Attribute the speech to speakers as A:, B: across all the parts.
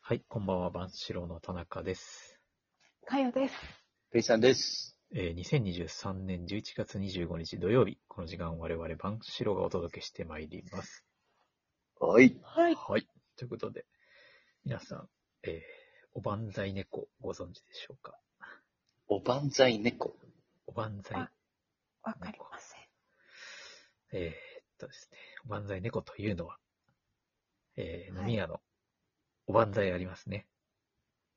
A: はい、こんばんは、番ロの田中です。
B: かよです。
C: ペイさんです。
A: えー2023年11月25日土曜日、この時間我々番ロがお届けしてまいります。
C: はい。
B: はい。
A: はい、ということで、皆さん、えーおばんざい猫ご存知でしょうか
C: おばんざい猫。
A: おばんざい
B: あわかりません。
A: えーっとですね、おばんざい猫というのは、えー
B: はい
A: 飲み屋のおばんざいありますね。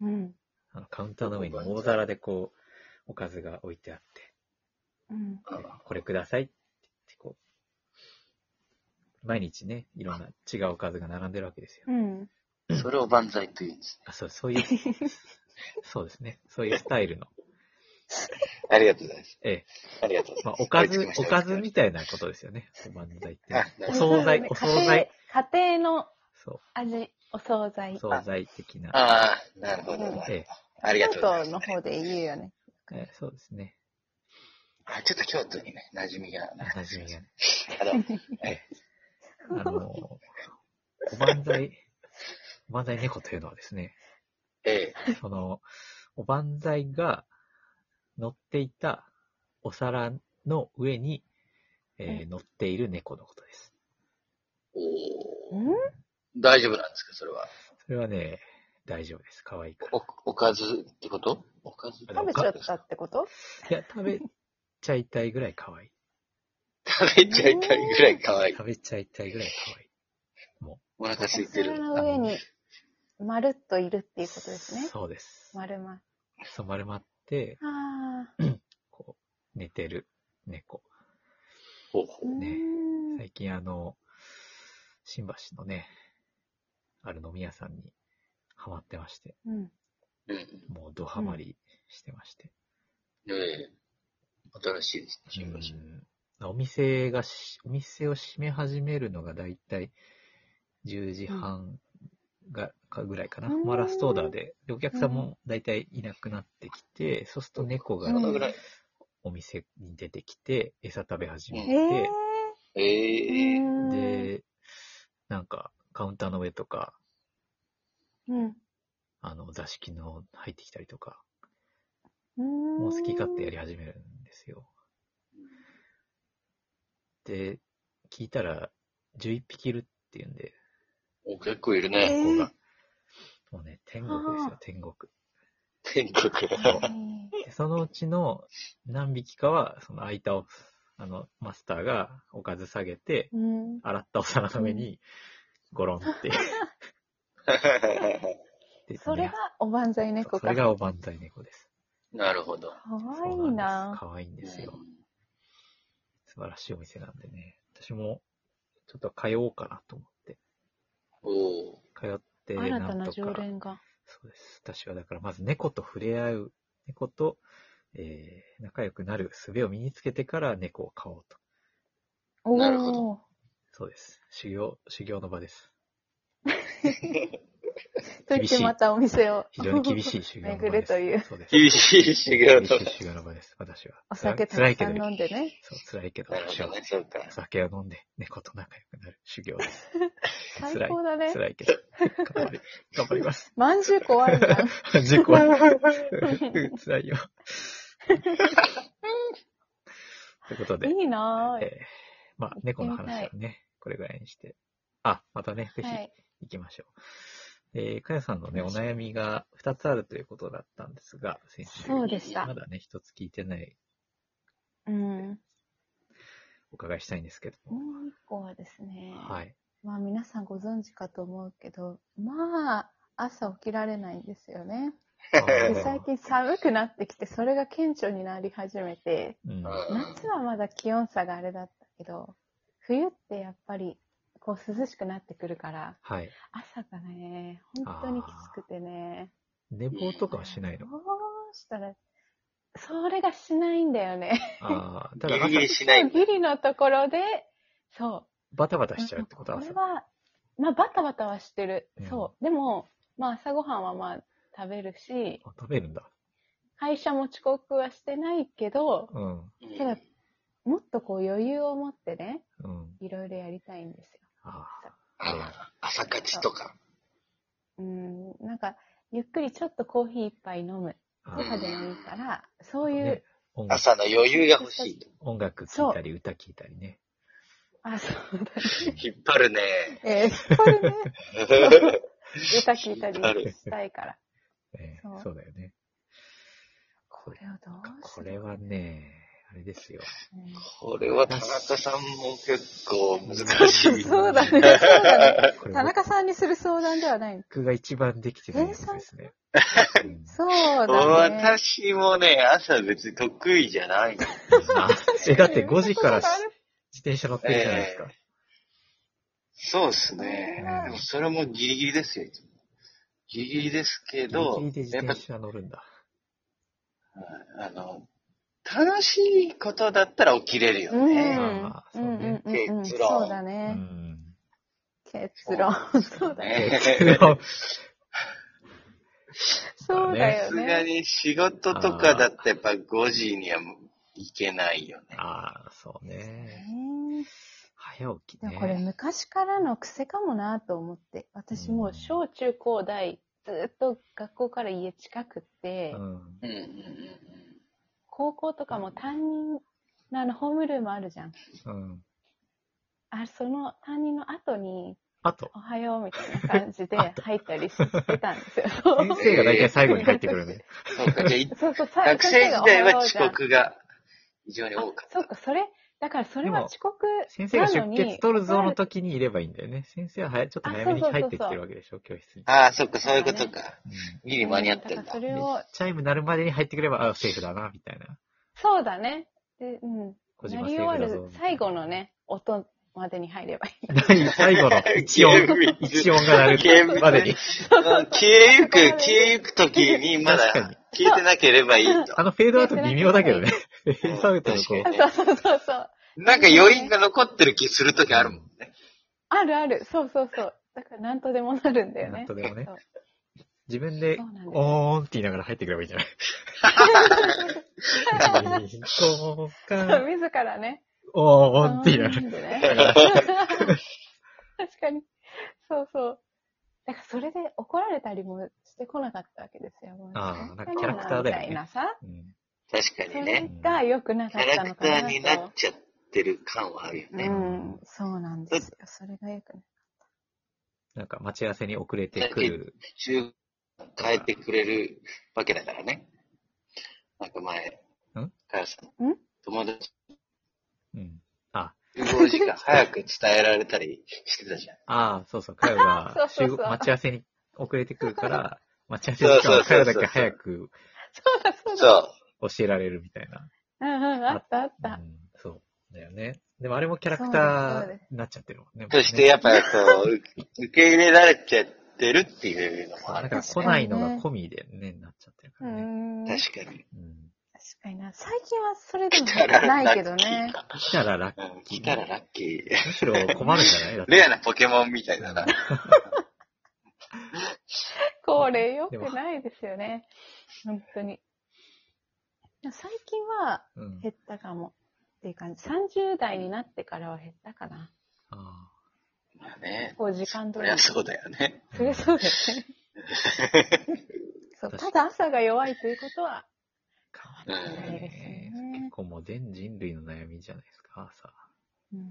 B: うん。
A: あのカウンターの上に
C: おばんざい
A: 大皿でこう、おかずが置いてあって、
B: うん。
C: あ
A: これくださいって言ってこう、毎日ね、いろんな違うおかずが並んでるわけですよ
B: う。ん。
C: それをばんざいと言うんです
A: あそう、そう いう、そうですね。そういうスタイルの。
C: ね。ありがとうございます。
A: ええ。
C: ありがとうござ
A: ま
C: い
A: あお
C: ま、す。
A: かず
C: 追いつきま、し
A: お
C: た
A: かずみたいなことですよね。おばんざいって。
C: あな
A: お
C: るほ
A: 惣
C: ど
A: 菜、お惣
B: お惣
A: 菜
B: 菜。。家庭家庭の
A: そ
B: 味、お惣
A: う、お
B: 菜。
A: 惣菜的な。
C: ああ、なるほど。なるほど
A: え
C: ありがとうござい
B: 京都
C: ま
B: の
C: す。
B: 方で言うよね。
A: えええそうですね。
C: あちょっと京都にね、馴染みがなかった
A: 馴
C: です
A: 染みがね。
C: あの、
A: あの、おばんざい、おばんざい猫というのはですね、
C: ええ。
A: その、おばんざいが乗っていたお皿の上に、えー
B: う
A: 乗っている猫のことです。
C: おー
B: うん
C: 大丈夫なんですか、それは。
A: それはね、大丈夫です。可愛いから。
C: お、おかずってことおかず
A: 食
B: 食べちゃったってこと
A: いや、食べちゃいたいぐらい可愛い。
C: 食べちゃいたいぐらい可愛い。
A: 食べちゃいたいぐらい可愛い。
C: お腹空いて
B: 皿
C: る。
B: の上に、まるっといるっていうことですね。
A: そうです。
B: 丸ま。
A: そう丸まって、
B: ああ。
A: こう、寝てる猫。
C: ほうほ
B: う
C: う。
A: ね
B: ん。
A: 最近あの、新橋のね、ある飲み屋さんにハマってまして、
B: うん。
C: うん。
A: もうドハマりしてまして。
C: ええ。新しいですね、新橋。
A: うん、お店がし、お店を閉め始めるのがだいたい10時半が、かぐらいかな。
B: うん
A: まあラストオーダーで、でお客さんもだいたいいなくなってきて、そうすると猫が
C: そんなぐらい。
A: お店に出てきて、餌食べ始め
B: ええ
A: て、
C: ええ。
B: うん。
A: で、なんかカウンターの上とか、
B: うん。
A: あの、座敷の入ってきたりとか、
B: も
A: もう好き勝手やり始めるんですよ。で、聞いたら11匹いるっていうんで、
C: お、結構いる
B: え
C: ね。
A: ここが
B: ー
A: もうね、天国です
B: あ
A: よ、天国。
C: 天 国。
A: でそのうちの何匹かは、その空いたお、あの、マスターがおかず下げて、
B: うん。
A: 洗ったお皿の上に、ゴロンって、出てね
B: それがおばんざい猫か。
A: それがおばんざい猫です。
C: なるほど。
B: かわい
A: そう
B: い
A: んです
B: な
A: かわいいんですよ。素晴らしいお店なんでね。私も、ちょっと通おうかなと思って。
C: うんおお。
A: 通って、
B: 新
A: な
B: た
A: ん
B: な
A: と
B: 常
A: か。
B: 連が。
A: そうです。私はだからまず猫と触れ合う、猫と、えー仲良くなる術を身につけてから猫を飼おうと。
B: お
C: なるほ
B: ど。
A: そうです。修行、修行の場です。
B: と言ってまたお店を。
A: 非常に厳しい修行の場です。
B: 巡るという
A: そうです。
C: 厳しい修行
A: 厳
C: と
A: し。い修行の場です、私は。
B: お酒た
A: 辛
B: く
A: いけ
B: さ
A: ど
B: ん、飲んでね。
A: そう、辛いけど、
C: なる
A: 私
C: ほ
A: は
C: どね、そうか
A: お。酒を飲んで猫と仲良くなる修行です。
B: 最高だね。
A: 辛いけど、頑張り、頑張り ます。
B: まんじゅう怖いじ ゃん。
A: 事故。 辛いよ。ということで、
B: いいなぁ。
A: えーまあ、猫の話はね、これぐらいにして。あ、またね、ぜひ
B: はい。
A: 行きましょう。えー、かやさんのね、お悩みが2つあるということだったんですが、先週。
B: そうでした
A: まだね、1つ聞いてない、
B: うん。
A: お伺いしたいんですけど
B: も
A: も。
B: う一個はですね。
A: はい。
B: まあ皆さんご存知かと思うけど、まあ、朝起きられないんですよね。で最近寒くなってきて、それが顕著になり始めて、
A: うん。
B: 夏はまだ気温差があれだったけど、冬ってやっぱり、こう涼しくなってくるから、
A: はい。
B: 朝がね、本当にきつくてね。
A: 寝坊とかはしないの
B: どうしたら、それがしないんだよね。
A: ああ、だ
C: ギ
A: から
C: リギ
A: 朝
C: リしない。
B: ギリのところで、そ
A: バタバタ
B: う。
A: しちゃうってことは
B: これ
A: 朝。
B: は、まあバタバタはしてる。
A: うん
B: そう。でも、まあ朝ごはんはまあ食べるし、
A: あ食べるんだ。
B: 会社も遅刻はしてないけど、
A: うん。
B: けど、もっとこう余裕を持ってね、
A: うん。
B: いろいろやりたいんですよ。
A: ああ。
C: あ朝勝ちとか。
B: うん、ななんか、ゆっくりちょっとコーヒー一杯飲む
A: あ
B: とかでもいいから、そういう、
A: ね音楽
C: 朝の余裕が欲しい。
A: 音楽聴いたり歌聴いたりね。
B: あ、そうだね。
C: 引っ張るね。
B: えー、これね、歌聞いたりしたいから。
A: ええ
B: そう
A: そうだよね。
B: これをどうす
A: こ
B: る
A: れはね、あれですよ。
B: うん
C: これは田中さんも結構難しい。
B: そうだね。そうだね。
A: これ
B: 田中さんにする相談ではない。
A: 僕が一番できてないやつですね。うん
B: そうだね。
C: 私もね、朝別に得意じゃない。
A: あえ、だって5時からし自転車乗ってるじゃないですか。
C: そうですね。でもそれもギリギリですよ、いつもギリギリですけど
A: ギリギリで、自
C: やっぱ
A: 転、車乗るんだ。
C: あの、楽しいことだったら起きれるよ
B: うん。うん
C: ね。
B: うんうんうんうん
C: 結論
B: そうだ
A: う
B: ね。
A: ん。
B: 結論。そうだね。
C: ね
A: 結論
B: そうだ
C: さ
B: よ
C: すが
B: ね。
C: に仕事とかだってやっぱ5時には行けないよね。
A: ああ、そうね。
B: ね
A: 早起き
B: でもこれ
A: ね。
B: 昔からの癖かもなと思って。私もう小中高大、ずっと学校から家近くって、
A: うん。
C: うんうんうん
B: 高校とかも担任のあのホームルームあるじゃん。
A: うん。
B: あ、その担任の後に、
A: あと、
B: おはようみたいな感じで入ったりしてたんですよ。そう
A: 先生が大体最後に入ってくるね。
C: そうか、じゃ
B: そうそう、
C: あ
B: さ
C: 学生時代は遅。
B: 先
C: 刻が非常
B: 生
C: に
B: がおはよ
C: 多
B: うじ
C: か
B: ゃんあそ
C: っ
B: うか、それ、だからそれは遅刻
A: 先生が
B: な
A: 出
B: のに。
A: 血取るぞの時にいればいいんだよね。先生は早ちょっと早めに
B: あそうそうそう
A: 入
B: そう
A: ってってるわけでしょ、教室に。
C: た。ああ、そっか、そういうことか。ギリ間に合って
B: だ
C: ん
B: か
C: だ
B: らそ。
A: う
B: れ
A: ん
B: を、
A: チャイム鳴るまでに入ってくれば、あ、セーフだな、みたいな。
B: そうだね。で、うん。
A: 小
B: な
A: 島セ
B: り終
A: ー
B: わ
A: フだぞ
B: る。最後の。ね、音までに入ればいい。
A: みたいな 最後の一音、一音が鳴るまでに。
C: うん消えゆく、消えゆく時にまだ
A: 確かに
C: 消えてなければいいと。
A: あのフェードアウト微妙だけど ね。フェードアウトのこ
C: 確
A: う
C: か、に
B: そうそうそうそう。
C: なんか余韻が残ってる気する時あるもんね。
B: あるある。そうそうそう。だから何とでもなるんだよね。
A: なんとでもね
B: そう。
A: 自分で
B: そうなんです、よ
A: おーんって言いながら入ってくればいいんじゃない こう
B: そう
A: か、
B: 自らね。
A: おーんって言いなが
B: うんでね
A: ら。
B: 確かに。そうそう。だからそれで怒られたりもしてこなかったわけですよ。もう
A: ああなんか
B: 何
A: キャラクターだよね
B: みたいなさ。
A: うん
C: 確か
B: そ
C: にね。
B: れが良くな
C: キ
B: かっ
C: ャ
B: た
C: ラ
B: の
C: クタ
B: か
C: ーにな
B: な
C: っ
B: と。
C: ちゃってる感はあるよ
B: う
C: ね。
B: ん、そうなんですよ。それが良くな
A: なんか待ち合わせに遅れてくる。
C: 中変えてくれるわけだからね。なんか前、
A: ん
C: かやさん、
B: ん
C: 友達
A: うん。あ、
C: 15時間早く伝えられたりしてたじゃん。
A: あ あ、そうそう、かよ
B: そ
A: が
B: うそ
A: 集
B: うそう
A: 合、待ち合わせに遅れてくる から、待ち合わせ時間をかよだけ早く
B: そうだそうだ。
C: そ
A: 教えられるみたいな。
B: うんうん、あったあっ
A: う
B: た。
A: ん、そう。だよね。でもあれもキャラクタ
B: そうですそう
A: ー
B: です
A: になっちゃってるもんね。
C: う。そしてやっぱりこ う、受け入れられちゃってるっていうのもあ
A: なん
C: る。
A: か来ないのが込みでね、なっちゃってるか
B: う
A: らね。
B: ん。確
C: 確かに。
A: うん。
B: かにな。最近はそれでもないけど ね。
A: 来たら楽。
C: うん、来たらラッキー。
A: むしろ困るんじゃないだって
C: レアなポケモンみたいだな。
B: これ良くないですよね。本当に。最近は、
A: うん。
B: 減ったかも。っていう感じ。30代になってからは減ったかな。
A: あ
C: まあね。
B: こう時間通
C: そ
B: り
C: りゃ。そうだよね。
A: あ
B: それそうだよね。そ
A: 確
B: う
A: か
B: た
A: に
B: だ朝が弱いということは、
A: 変わ
B: あ
A: らな
B: れ
A: い
B: ですよ
A: ね。
B: ね
A: 結。構もう全人類の悩みじゃないですか、さ。
B: うん、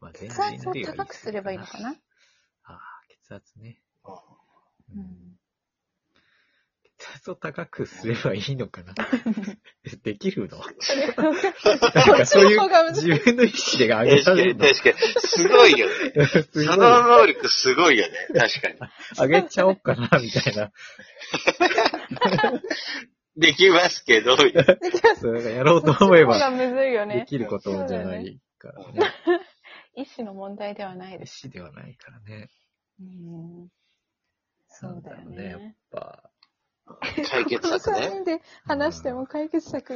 A: まあ、全
B: 血
A: 人類は
B: 圧を
A: 言い過ぎ
B: 高くすればいいのかな。
A: ああ、血圧ね。
B: う
A: うん
B: ん、
A: 血圧を高くすればいいのかな。できるの
B: それが
A: なんかそうい
B: こっちの方が
A: う
B: 難し
A: 自
B: い
A: 分の意思で上げ
C: 確
A: ら
C: か
A: れ
C: に、
A: るの
C: 確かに。すごいよね。
A: すごい
C: その能力すごいよね。確かに。
A: 上げちゃおうかな、みたいな。
C: できますけど、
A: そう、なんかやろうと思え
B: そっちの
A: ば
B: 方がむずい
A: で
B: よね。
A: きることじゃないからね。
B: 意思の問題ではない
A: 意
B: です。
A: 思ではないからね。
B: うん、そうだよ
A: なんだろう
B: ね。
A: やっぱ、
C: 解決策
B: この3
C: ね。
B: 人で話しても解決策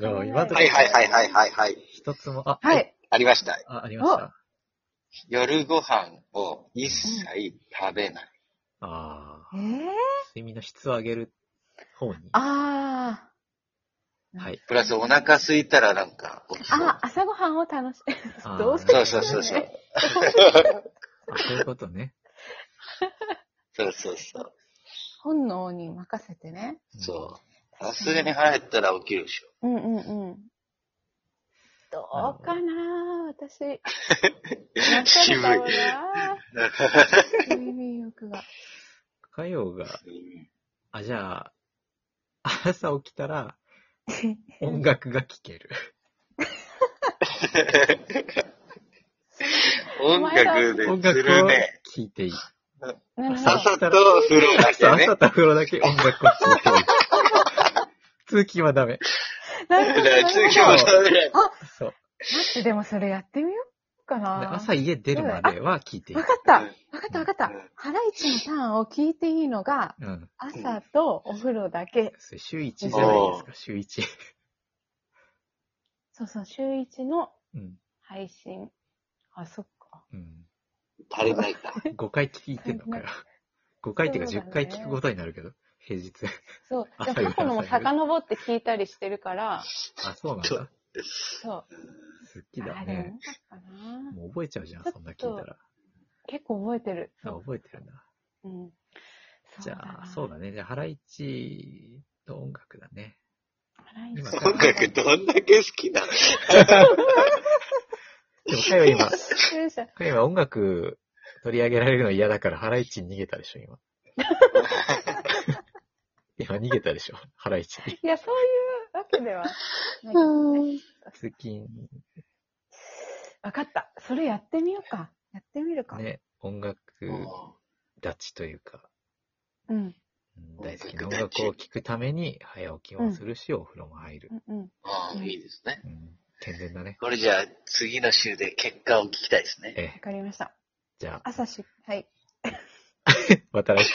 B: が
A: あの今のとこ
C: はいはいはいはいはいはい。
A: 一つも、あ、
B: はい。
C: ありました。
A: あ、ありました。
C: 夜ご飯を一切食べない。
A: ああ、
B: えー、
A: 睡眠の質を上げる方に。
B: ああ。
A: はい。
C: プラスお腹空いたらなんか起きそう。
B: あ、朝ごはんを楽し
A: あー
B: む。どうせ
C: そうそうそうそう。
A: あ、そういうことね。
C: そうそうそう。
B: 本能に任せてね。
C: そう。さすがに腹減ったら起きるでしょ。
B: うんうんうん。どうかな私。 やってるだろうな睡眠欲が。
A: かよが、あ、じゃあ、朝起きたら、音楽が聴ける。
C: 音楽で
A: 音楽
C: す
A: を
C: るね。
A: 聴いていい。
B: なるほ
A: さ
B: ど。
C: 朝と風呂だけ
A: 朝、
C: ね。
A: 朝と風呂だけ音楽を聴いていい。通勤はダメ。
B: なる
C: だか
B: ほどなる
C: ら
B: ほど。
C: 通勤もダメだよ
A: そう。
B: 待って、でもそれやってみようか
A: で
B: な。
A: 朝家出るまでは聴いていい
B: わ。かった。
C: うん
B: わかったわかった
C: うん。
B: ハライチのターンを聞いていいのが、
A: うん。
B: 朝とお風呂だけ。
A: それ週1じゃないですか、週1。
B: そうそう、週一の
A: うん。
B: 配信。あ、そっか。
A: うん。
C: 足りないか。
A: 5回聞いてんのか よ。5回っていうか
B: そうだね
A: 10回聞くことになるけど、平日。
B: そう。で
A: 朝
B: も過去のも遡って聞いたりしてるから、
A: あ、そうなんだ。
B: そう。
A: 好きだ
B: あでも
A: ね
B: よ。かったかな
A: もう覚えちゃうじゃん、そんな聞いたら。
B: 結構覚えてる。
A: あ、覚えてるな。
B: えうん。
A: じゃあ、そうだ
B: ね。
A: ね。じゃあ、ハライチの音楽だ ね。
B: ハライチ
A: 今
C: 音楽どんだけ好きなの
A: でも、かよ今、
B: よいしょ
A: かよ今音楽取り上げられるの嫌だから、ハライチに逃げたでしょ、 今。今逃げたでしょ、ハライチに。
B: いや、そういうわけではないけどね。
A: 通勤、
B: わかった。それやってみようか。やってみるか。
A: ね、音楽立ちというか、
B: うん。
A: うん大好きな音楽を聴くために、早起きもするし、お風呂も入る
B: う。んうん。
C: ああ、いいですね。
A: うん、健全だね。
C: これじゃあ、次の週で結果を聞きたいですね。
A: え
B: わ
A: え、
B: かりました。
A: じゃあ、
B: 朝し、はい。
A: また来週。